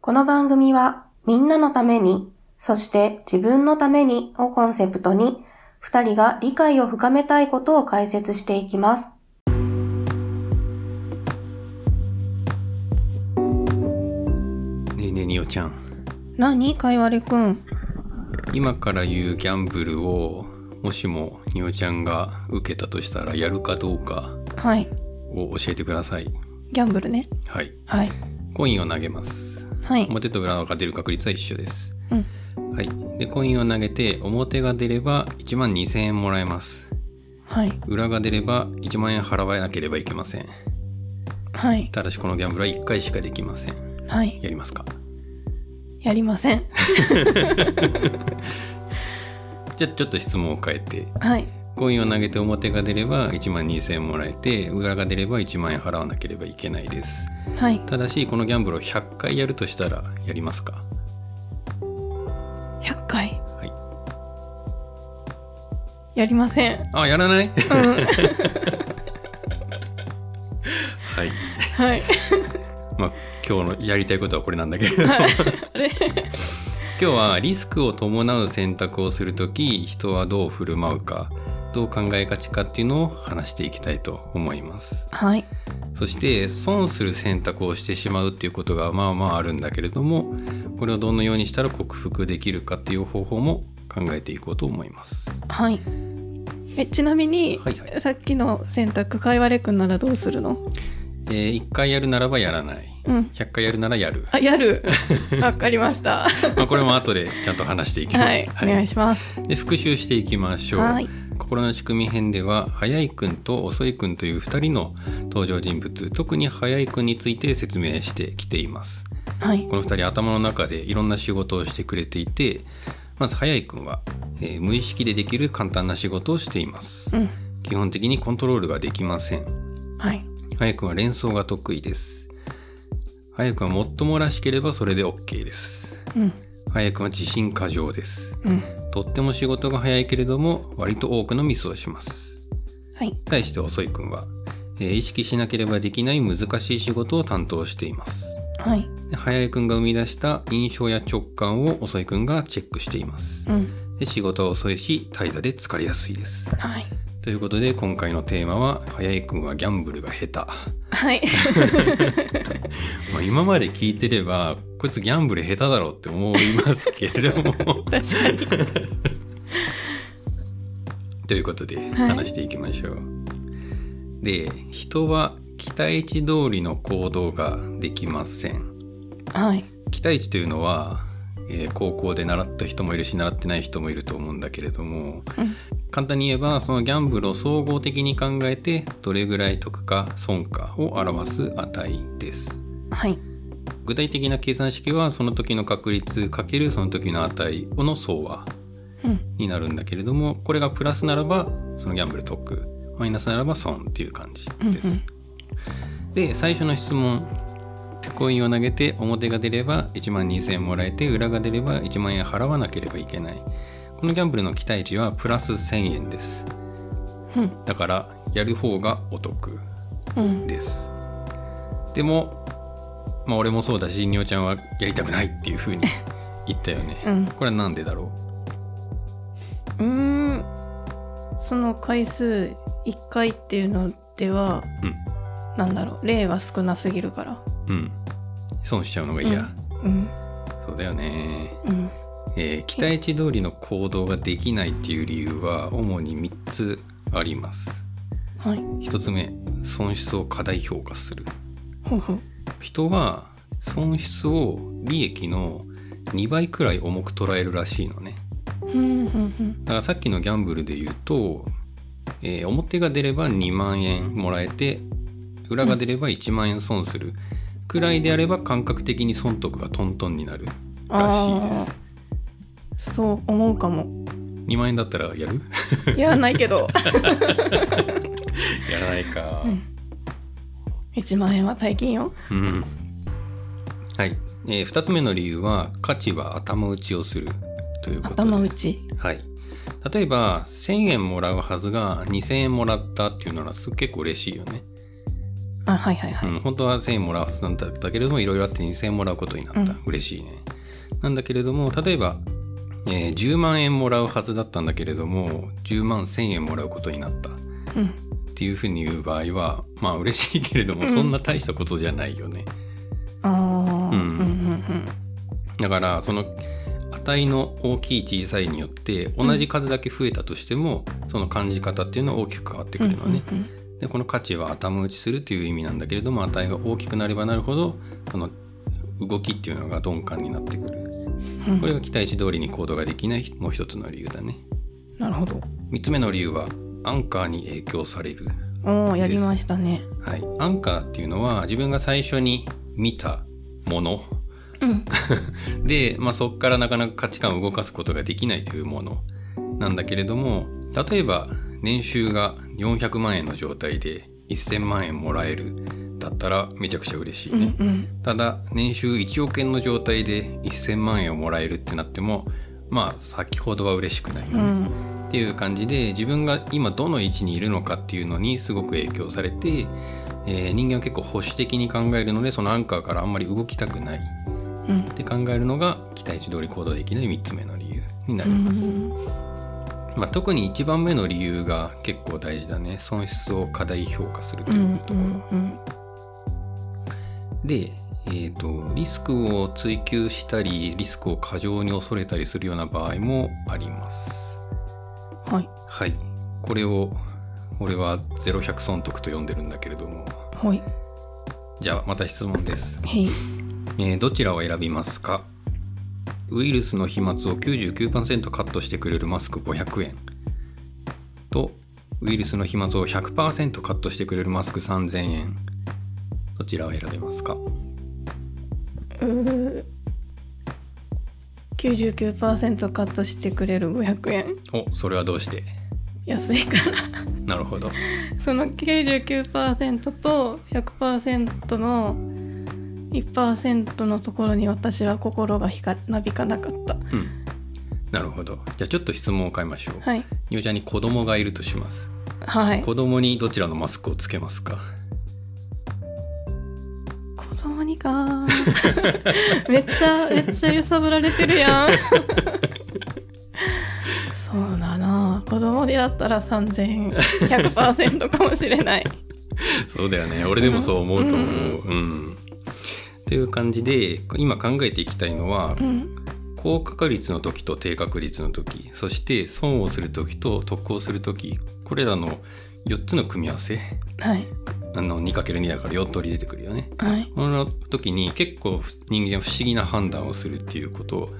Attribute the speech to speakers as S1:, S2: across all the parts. S1: この番組はみんなのために、そして自分のためにをコンセプトに、二人が理解を深めたいことを解説していきます。
S2: ねえねえにおちゃん
S1: 何かいわれくん。
S2: 今から言うギャンブルをもしもにおちゃんが受けたとしたらやるかどうか
S1: はい。
S2: を教えてください
S1: ギャンブルね。
S2: はい
S1: はい。
S2: コインを投げます
S1: はい。
S2: 表と裏が出る確率は一緒です
S1: うん。
S2: はいでコインを投げて表が出れば1万2000円もらえます
S1: はい。
S2: 裏が出れば1万円払わなければいけません
S1: はい。
S2: ただしこのギャンブルは1回しかできません
S1: はい。
S2: やりますか
S1: やりません。
S2: じゃあちょっと質問を変えて
S1: はい。
S2: コインを投げて表が出れば1万2000円もらえて裏が出れば1万円払わなければいけないです
S1: はい。
S2: ただしこのギャンブルを100回やるとしたらやりますか
S1: 100回。
S2: はい
S1: やりません。
S2: あやらない はい
S1: はい。
S2: まあ今日のやりたいことはこれなんだけれど
S1: あ れ
S2: 今日はリスクを伴う選択をするとき人はどう振る舞うかどう考えがちかっていうのを話していきたいと思います
S1: はい。
S2: そして損する選択をしてしまうっていうことがまあまああるんだけれどもこれをどのようにしたら克服できるかっていう方法も考えていこうと思います。
S1: はい。えちなみに、
S2: はいはい
S1: さっきの選択かいわれくんならどうするの
S2: えー、1回やるならばやらない
S1: うん
S2: 100回やるなら やる
S1: あや るわかりました
S2: まあこれも後でちゃんと話していきます。
S1: はい、お願いします
S2: で復習していきましょう、
S1: はい
S2: 心の仕組み編では早いくんと遅いくんという2人の登場人物特に早いくんについて説明してきています
S1: はい
S2: この2人頭の中でいろんな仕事をしてくれていてまず早いくんは、えー無意識でできる簡単な仕事をしています、
S1: うん
S2: 基本的にコントロールができません
S1: はい
S2: 早くんは連想が得意です早くんはもっともらしければそれで OK です
S1: うん
S2: 早くんは自信過剰です
S1: うん
S2: とっても仕事が早いけれども割と多くのミスをします
S1: はい
S2: 対して遅いくんは、えー意識しなければできない難しい仕事を担当しています
S1: はい
S2: で早いくんが生み出した印象や直感を遅いくんがチェックしています
S1: うん
S2: で仕事は遅いし怠惰で疲れやすいです
S1: はい
S2: ということで今回のテーマは早いくんはギャンブルが下手、ま
S1: はい
S2: あ、今まで聞いてればこいつギャンブル下手だろうって思いますけれど も
S1: 確かに
S2: ということで
S1: はい
S2: 話していきましょう、で人は期待値通りの行動ができません
S1: はい
S2: 期待値というのは、えー高校で習った人もいるし習ってない人もいると思うんだけれども
S1: うん
S2: 簡単に言えばそのギャンブルを総合的に考えてどれぐらい得か損かを表す値です
S1: はい
S2: 具体的な計算式はその時の確率かけるその時の値の総和
S1: うん
S2: になるんだけれどもこれがプラスならばそのギャンブル得マイナスならば損っていう感じです。で最初の質問コインを投げて表が出れば1万2,000円もらえて裏が出れば1万円払わなければいけないこのギャンブルの期待値はプラス1,000円です
S1: うん
S2: だからやる方がお得
S1: うん
S2: ですでもまあ俺もそうだしにおちゃんはやりたくないっていうふうに言ったよね、
S1: うん
S2: これはなんでだろう
S1: うーんその回数1回っていうのでは、なんだろう例が少なすぎるから
S2: うん損しちゃうのが嫌、
S1: うん
S2: そうだよね、
S1: うん
S2: えー期待値通りの行動ができないっていう理由は主に3つあります
S1: はい
S2: 1つ目損失を過大評価する
S1: ほうほう
S2: 人は損失を利益の2倍くらい重く捉えるらしいのね
S1: うんうんうん
S2: だからさっきのギャンブルで言うと、えー表が出れば2万円もらえて裏が出れば1万円損するくらいであれば感覚的に損得がトントンになるらしいです
S1: そう思うかも
S2: 2万円だったらやる
S1: やらないけど
S2: やらないか
S1: うん1万円は大金よ
S2: うんはい、え2つ目の理由は価値は頭打ちをするということです
S1: 頭打ち
S2: はい例えば1000円もらうはずが2000円もらったっていうならす結構嬉しいよね
S1: あ、はいはいはい。
S2: うん、本当は1000円もらうはずなんだったけれどもいろいろあって2000円もらうことになった、
S1: うん
S2: 嬉しいねなんだけれども例えば、えー10万円もらうはずだったんだけれども10万1000円もらうことになったっ
S1: うん。
S2: ていうふうに言う場合はまあ嬉しいけれども
S1: うん
S2: そんな大したことじゃないよね、
S1: ああ、
S2: う
S1: うんんうんうん。
S2: だからその値の大きい小さいによって同じ数だけ増えたとしても、その感じ方っていうのは大きく変わってくるのね、
S1: うんうん
S2: でこの価値は頭打ちするという意味なんだけれども値が大きくなればなるほどこの動きっていうのが鈍感になってくる
S1: うん
S2: これが期待値通りに行動ができないもう一つの理由だね
S1: うんなるほど。
S2: 3つ目の理由はアンカーに影響される、
S1: おお、やりましたね。
S2: はい、アンカーっていうのは自分が最初に見たもの
S1: うん。
S2: で、まあ、そこからなかなか価値観を動かすことができないというものなんだけれども例えば年収が400万円の状態で1000万円もらえるだったらめちゃくちゃ嬉しい
S1: うん
S2: ね、
S1: うん。
S2: ただ年収1億円の状態で1000万円をもらえるってなってもまあ先ほどは嬉しくない
S1: う
S2: よね、
S1: ん。
S2: っていう感じで自分が今どの位置にいるのかっていうのにすごく影響されて、えー人間は結構保守的に考えるのでそのアンカーからあんまり動きたくない
S1: うん
S2: って考えるのが期待値通り行動できない3つ目の理由にな
S1: う
S2: ります、
S1: ん。
S2: まあ、特に1番目の理由が結構大事だね損失を過大評価するというところ、
S1: うん
S2: で、えー、とリスクを追求したりリスクを過剰に恐れたりするような場合もあります
S1: はい
S2: はいこれを俺は0100損得と呼んでるんだけれども
S1: はい
S2: じゃあまた質問です
S1: へい
S2: えーどちらを選びますかウイルスの飛沫を99%カットしてくれるマスク500円とウイルスの飛沫を100%カットしてくれるマスク3000円どちらを選べますか
S1: 99%カットしてくれる500円
S2: おそれはどうして
S1: 安いから
S2: なるほど
S1: その99%と100%の1%のところに私は心がひかなびかなかった
S2: うんなるほどじゃあちょっと質問を変えましょう
S1: はい
S2: ニオちゃんに子供がいるとします
S1: はい
S2: 子供にどちらのマスクをつけますか
S1: 子供にかめっちゃめっちゃ揺さぶられてるやん そうだな子供でやったら3100%かもしれない
S2: そうだよね俺でもそう思うと思ううん、という感じで今考えていきたいのは
S1: うん
S2: 高確率の時と低確率の時そして損をする時と得をする時これらの4つの組み合わせ
S1: はい
S2: あの 2×2 だから4通り出てくるよね
S1: はい
S2: この時に結構ふ人間は不思議な判断をするっていうことを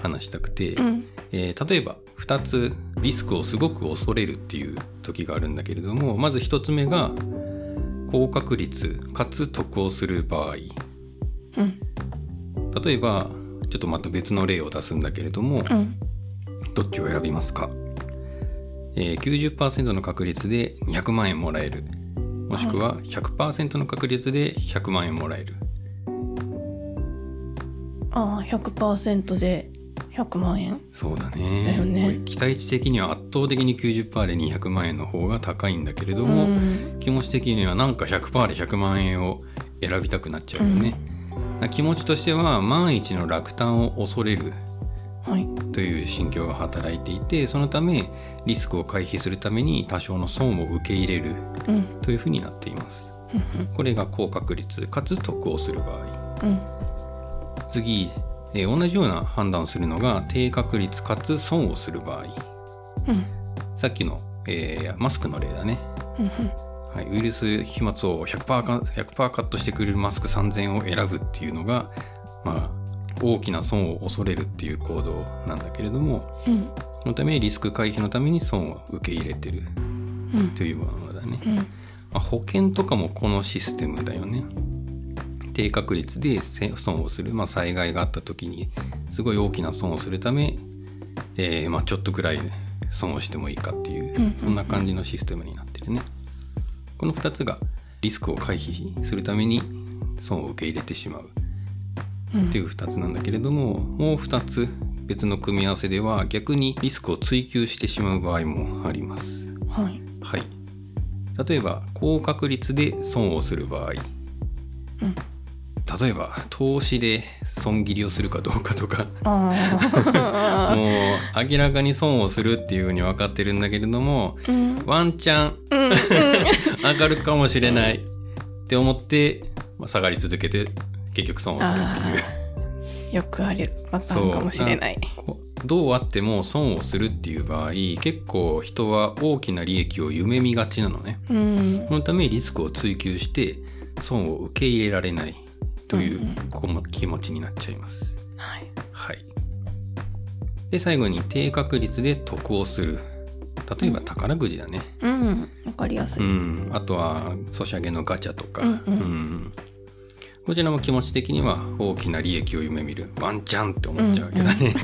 S2: 話したくて、
S1: うん
S2: えー例えば2つリスクをすごく恐れるっていう時があるんだけれどもまず1つ目が高確率かつ得をする場合
S1: うん
S2: 例えばちょっとまた別の例を出すんだけれども、
S1: うん
S2: どっちを選びますか、えー、90%の確率で200万円もらえるもしくは100%の確率で100万円もらえる
S1: ああ100%で100万円
S2: そうだね
S1: だよね
S2: これ期待値的には圧倒的に90%で200万円の方が高いんだけれども、
S1: うん
S2: 気持ち的にはなんか100%で100万円を選びたくなっちゃうよね、な気持ちとしては万一の落胆を恐れる
S1: はい
S2: という心境が働いていてそのためリスクを回避するために多少の損を受け入れる
S1: うん
S2: というふうになっています
S1: うん
S2: これが高確率かつ得をする場合
S1: うん
S2: 次、えー同じような判断をするのが低確率かつ損をする場合
S1: うん
S2: さっきの、えーマスクの例だね、
S1: うん
S2: はい、ウイルス飛沫を100%か100%カットしてくれるマスク3000を選ぶっていうのがまあ大きな損を恐れるっていう行動なんだけれども
S1: うん
S2: そのためリスク回避のために損を受け入れてる
S1: うん
S2: というものだね、
S1: うん
S2: まあ、保険とかもこのシステムだよね低確率でせ損をする、まあ、災害があった時にすごい大きな損をするため、えーまあ、ちょっとぐらい損をしてもいいかっていう、
S1: うん
S2: そんな感じのシステムになってるねこの2つがリスクを回避するために損を受け入れてしまう
S1: うん
S2: っていう2つなんだけれどももう2つ別の組み合わせでは逆にリスクを追求してしまう場合もあります
S1: はい
S2: はい。例えば高確率で損をする場合、
S1: うん
S2: 例えば投資で損切りをするかどうかとか
S1: あ
S2: もう明らかに損をするっていうふうに分かってるんだけれども
S1: ーうん
S2: ワンチャン
S1: うんうん
S2: 上がるかもしれないって思って、まあ、下がり続けて結局損をするっ ていう
S1: よくあるパターンかもしれない。
S2: こうどうあっても損をするっていう場合結構人は大きな利益を夢見がちなのね
S1: うん
S2: そのためリスクを追求して損を受け入れられないという
S1: うんうん
S2: こうま気持ちになっちゃいます
S1: はい
S2: はいで最後に低確率で得をする例えば宝くじだね、
S1: うん、わかりやす
S2: う
S1: い。
S2: ん、あとはソシャゲのガチャとか、
S1: うんうん
S2: んこちらも気持ち的には大きな利益を夢見るワンチャンって思っちゃうけどね、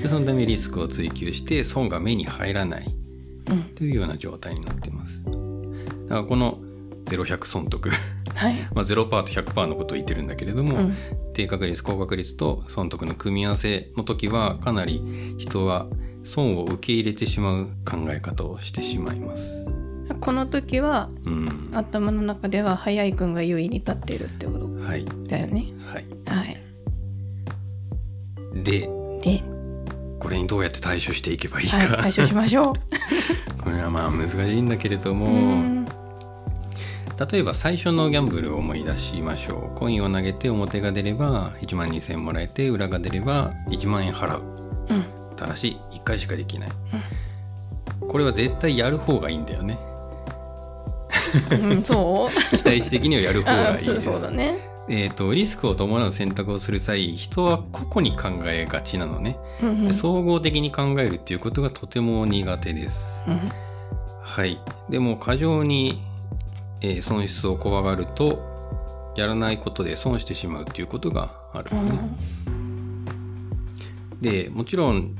S2: でそのためリスクを追求して損が目に入らない
S1: うん、
S2: というような状態になってますだからこの0100損得
S1: はい。
S2: まあ0%と100%のことを言ってるんだけれども、
S1: うん
S2: 低確率高確率と損得の組み合わせの時はかなり人は損を受け入れてしまう考え方をしてしまいます。
S1: この時は
S2: うん、
S1: 頭の中では早い君が優位に立っているってこと
S2: はい
S1: だよね。
S2: はい。
S1: はい。
S2: で、
S1: で、
S2: これにどうやって対処していけばいいか、
S1: はい、対処しましょう。
S2: これはまあ難しいんだけれど
S1: う
S2: も、
S1: ん
S2: 例えば最初のギャンブルを思い出しましょう。コインを投げて表が出れば1万2000円もらえて、裏が出れば1万円払う。
S1: うん
S2: ただし、1回しかできない。これは絶対やる方がいいんだよね。
S1: うん、 そう。
S2: 期待値的にはやる方がいい
S1: あー
S2: です。
S1: そうそうだね。
S2: えっ、と、リスクを伴う選択をする際、人は個々に考えがちなのね。
S1: うんう
S2: で
S1: ん
S2: 総合的に考えるっていうことがとても苦手です。
S1: うん
S2: はい。でも過剰に、えー損失を怖がると、やらないことで損してしまうっていうことがある
S1: う
S2: のね。
S1: ん
S2: で、もちろん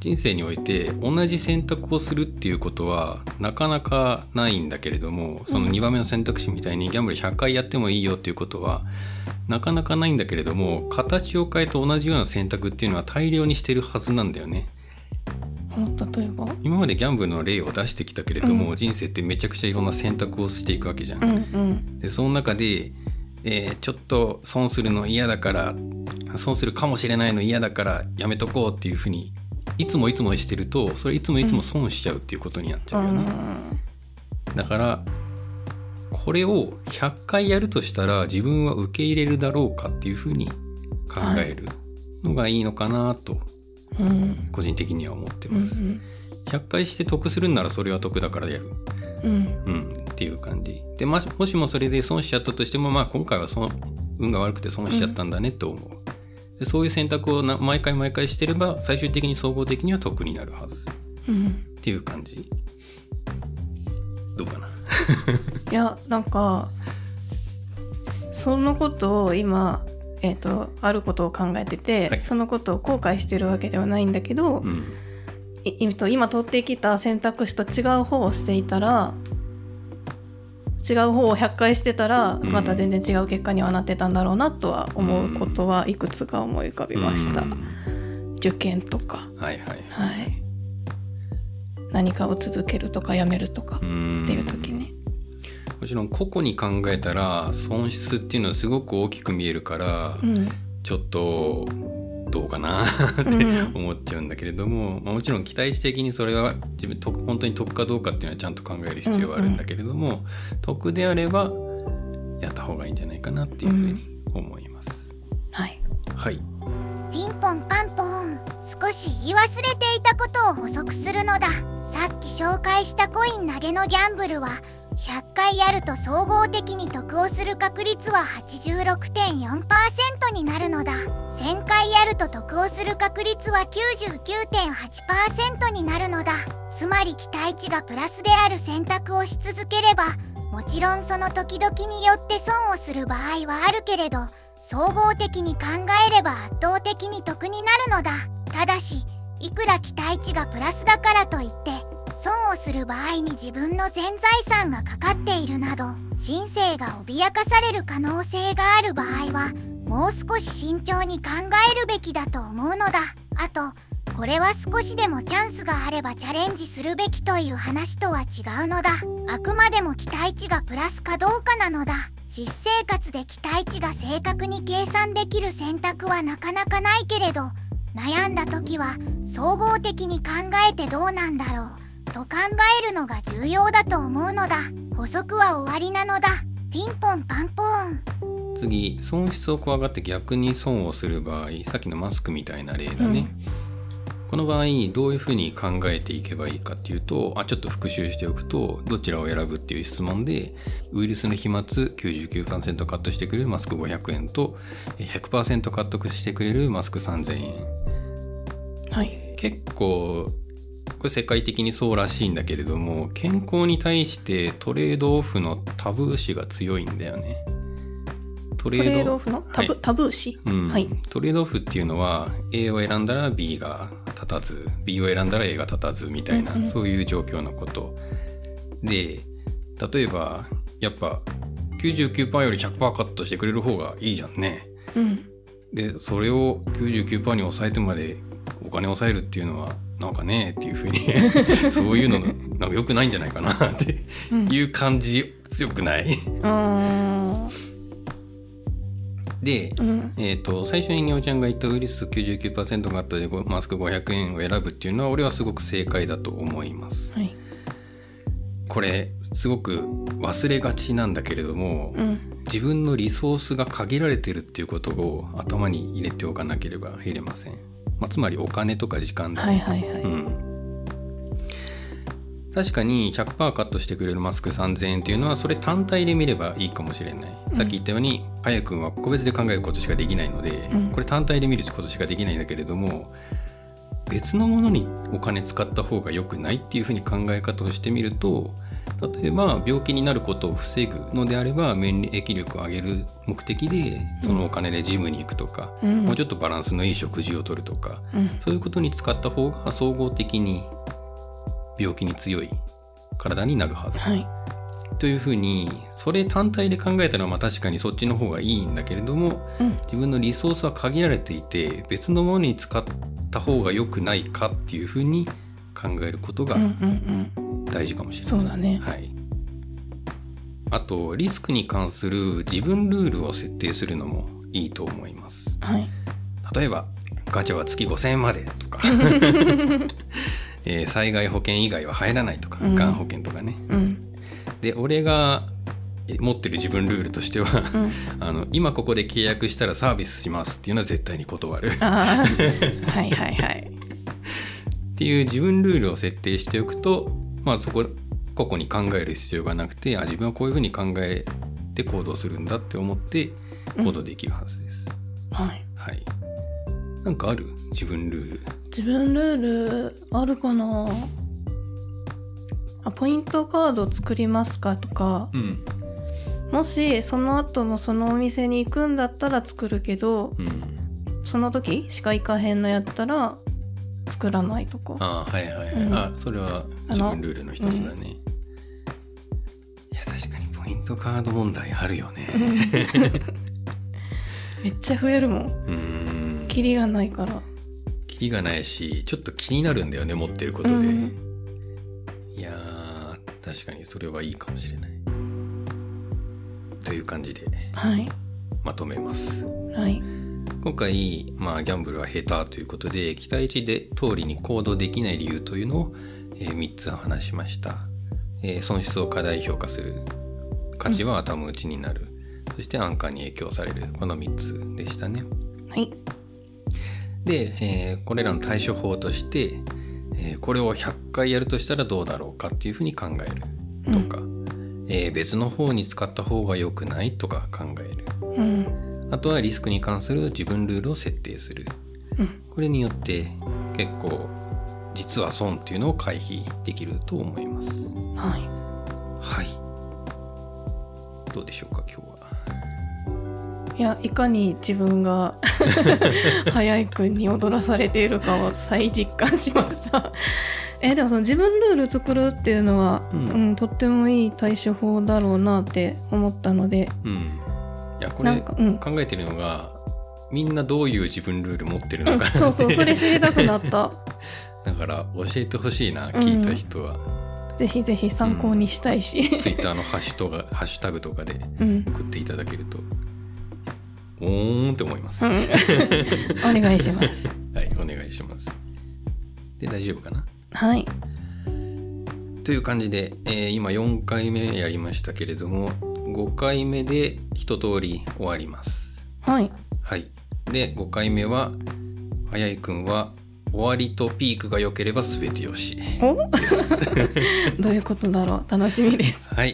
S2: 人生において同じ選択をするっていうことはなかなかないんだけれども、その2番目の選択肢みたいにギャンブル100回やってもいいよっていうことはなかなかないんだけれども、形を変えて同じような選択っていうのは大量にしてるはずなんだよね。
S1: うん例えば。
S2: 今までギャンブルの例を出してきたけれども、
S1: う
S2: 人生ってめちゃくちゃいろんな選択をしていくわけじゃ
S1: うんうん
S2: でその中で、えーちょっと損するの嫌だから損するかもしれないの嫌だからやめとこうっていうふうにいつもいつもしてるとそれいつもいつも損しちゃうっていうことになっち
S1: う
S2: ゃうよね、
S1: ん。
S2: だからこれを100回やるとしたら自分は受け入れるだろうかっていうふうに考えるのがいいのかなと
S1: うんうん
S2: 個人的には思って
S1: う
S2: ます、
S1: ん
S2: 100回して得するんならそれは得だからやる
S1: うん
S2: うん、っていう感じで、まあ、もしもそれで損しちゃったとしても、まあ、今回はその運が悪くて損しちゃったんだねと思う、でそういう選択をな毎回毎回してれば最終的に総合的には得になるはずっ
S1: うん。
S2: ていう感じどうかない
S1: やなんかそのことを今、えー、とあることを考えてて、
S2: はい
S1: そのことを後悔してるわけではないんだけど、
S2: うん
S1: いえっと今取ってきた選択肢と違う方をしていたら違う方を100回してたら、
S2: うん
S1: また全然違う結果にはなってたんだろうなとは思うことはいくつか思い浮かびました、
S2: うん
S1: 受験とか
S2: はいはい
S1: はい何かを続けるとかやめるとか
S2: うん
S1: っていう時ね
S2: もちろん個々に考えたら損失っていうのはすごく大きく見えるから、
S1: うん
S2: ちょっとどうかな って
S1: うん
S2: 思っちゃうんだけれども、まあ、もちろん期待値的にそれは自分と本当に得かどうかっていうのはちゃんと考える必要はあるんだけれども、得であればやった方がいいんじゃないかなっていうふうに思います。
S1: はい
S2: はい、
S3: ピンポンパンポン少し言い忘れていたことを補足するのださっき紹介したコイン投げのギャンブルは100回やると総合的に得をする確率は86.4%になるのだ1000回やると得をする確率は99.8%になるのだつまり期待値がプラスである選択をし続ければもちろんその時々によって損をする場合はあるけれど総合的に考えれば圧倒的に得になるのだただしいくら期待値がプラスだからといって損をする場合に自分の全財産がかかっているなど人生が脅かされる可能性がある場合はもう少し慎重に考えるべきだと思うのだあとこれは少しでもチャンスがあればチャレンジするべきという話とは違うのだあくまでも期待値がプラスかどうかなのだ実生活で期待値が正確に計算できる選択はなかなかないけれど悩んだ時は総合的に考えてどうなんだろうと考えるのが重要だと思うのだ補足は終わりなのだピンポンパンポーン
S2: 次損失を怖がって逆に損をする場合さっきのマスクみたいな例だね、この場合どういうふうに考えていけばいいかっていうとあちょっと復習しておくとどちらを選ぶっていう質問でウイルスの飛沫99%カットしてくれるマスク500円とえ100%カットしてくれるマスク3000円
S1: はい。
S2: 結構これ世界的にそうらしいんだけれども健康に対してトレードオフのタブー視が強いんだよねト
S1: ト
S2: レ
S1: レー
S2: ー
S1: ド
S2: ド
S1: オフのタブ,、
S2: はい
S1: タブー詞、
S2: うん
S1: はい。
S2: トレードオフっていうのは A を選んだら B が立たず B を選んだら A が立たずみたいな、
S1: うんうん
S2: そういう状況のことで例えばやっぱ99%より100%カットしてくれる方がいいじゃんね
S1: うん。
S2: でそれを99%に抑えてまでお金を抑えるっていうのはなんかねっていうふ うにそういうのなんか良くないんじゃないかなって
S1: うん。
S2: いう感じ強くない
S1: あー
S2: で
S1: うん。
S2: えー、と最初ににおちゃんが言ったウイルス99%カットでごマスク500円を選ぶっていうのは俺はすごく正解だと思います。
S1: はい。
S2: これすごく忘れがちなんだけれども、
S1: うん。
S2: 自分のリソースが限られてるっていうことを頭に入れておかなければいれません。まあ、つまりお金とか時間だね
S1: はいはいはい。
S2: うん、確かに100%カットしてくれるマスク3000円っていうのはそれ単体で見ればいいかもしれない、
S1: うん
S2: さっき言ったようにあやくんは個別で考えることしかできないので、
S1: うん
S2: これ単体で見ることしかできないんだけれども別のものにお金使った方が良くないっていうふうに考え方をしてみると例えば病気になることを防ぐのであれば免疫力を上げる目的でそのお金でジムに行くとか、
S1: うん
S2: もうちょっとバランスのいい食事をとるとか、
S1: うん。
S2: そういうことに使った方が総合的に病気に強い体になるはず。
S1: はい。
S2: というふうにそれ単体で考えたらまあ確かにそっちの方がいいんだけれども
S1: うん。
S2: 自分のリソースは限られていて別のものに使った方が良くないかっていうふうに考えることが
S1: うんうんうん。
S2: 大事かもしれない。
S1: そうだね。
S2: はい、あとリスクに関する自分ルールを設定するのもいいと思います。
S1: はい。
S2: 例えばガチャは月5,000円まで とか、えー災害保険以外は入らないとか、
S1: うん
S2: がん保険とかね
S1: うん。
S2: で俺がえ持ってる自分ルールとしては、
S1: ん
S2: あの今ここで契約したらサービスしますっていうのは絶対に断る っ
S1: ああ。はいはいはい。
S2: ていう自分ルールを設定しておくとまあそこ個々に考える必要がなくてあ自分はこういうふうに考えて行動するんだって思って行動できるはずです、
S1: はい。
S2: はいなんかある自分ルール
S1: 自分ルールあるかなあポイントカード作りますかとか
S2: うん
S1: もしその後もそのお店に行くんだったら作るけど
S2: うん
S1: その時しか行かへんのやったら作らないとか
S2: ああはいはいはい、
S1: うん
S2: あそれは自分ルールの一つだね、いや確かにポイントカード問題あるよ
S1: うん
S2: ね
S1: めっちゃ増えるもん
S2: うーん
S1: キリがないから
S2: キリがないしちょっと気になるんだよね持ってることで、
S1: うん
S2: いやー確かにそれはいいかもしれないという感じで
S1: はい
S2: まとめます
S1: はい
S2: 今回、まあ、ギャンブルは下手ということで期待値で通りに行動できない理由というのを、え3つ話しました、えー損失を過大評価する価値は頭打ちになる、そして安価に影響されるこの3つでしたね
S1: はい
S2: で、えーこれらの対処法として、えーこれを100回やるとしたらどうだろうかっていうふうに考えるとか、えー別の方に使った方が良くないとか考える
S1: うん
S2: あとはリスクに関する自分ルールを設定する
S1: うん
S2: これによって結構実は損っていうのを回避できると思います
S1: は
S2: はいどうでしょうか今
S1: い
S2: 日はい
S1: やいかに自分が 早井くんに踊らされているかを再実感しました えでもその自分ルール作るっていうのは、
S2: う
S1: うんんとってもいい対処法だろうなって思ったので
S2: うんいやこ
S1: なん
S2: れ
S1: かうん
S2: 考えてるのがみんなどういう自分ルール持ってる
S1: う
S2: の
S1: ん
S2: かなって、
S1: そうそうそれ知りたくなった
S2: だから教えてほしいな聞いた人は、
S4: ぜひぜひ参考にしたいし、
S2: ツイッターのハッシュとか ハッシュタグとかで
S4: うん
S2: 送っていただけるとおーんって思います、
S4: うんお願いします
S2: はいお願いしますで大丈夫かな
S4: はい
S2: という感じで、えー今4回目やりましたけれども5回目で一通り終わります
S4: はい
S2: はいで5回目は早井くんは終わりとピークが良ければ全てよし
S4: お
S2: です
S4: どういうことだろう楽しみです
S2: はい。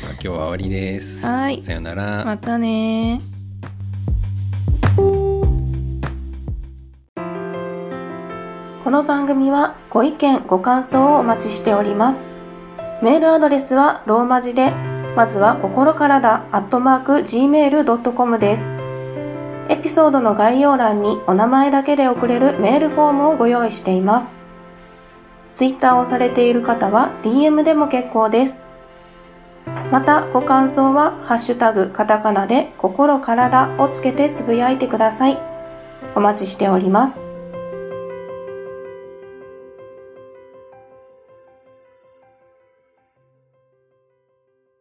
S2: では今日は終わりです。
S4: はい
S2: さよなら。
S4: またねー
S1: この番組はご意見、ご感想をお待ちしております。メールアドレスはローマ字で、まずは心からだ、アットマーク、gmail.com です。エピソードの概要欄にお名前だけで送れるメールフォームをご用意しています。ツイッターをされている方は DM でも結構です。また、ご感想は、ハッシュタグ、カタカナで、心からだをつけてつぶやいてください。お待ちしております。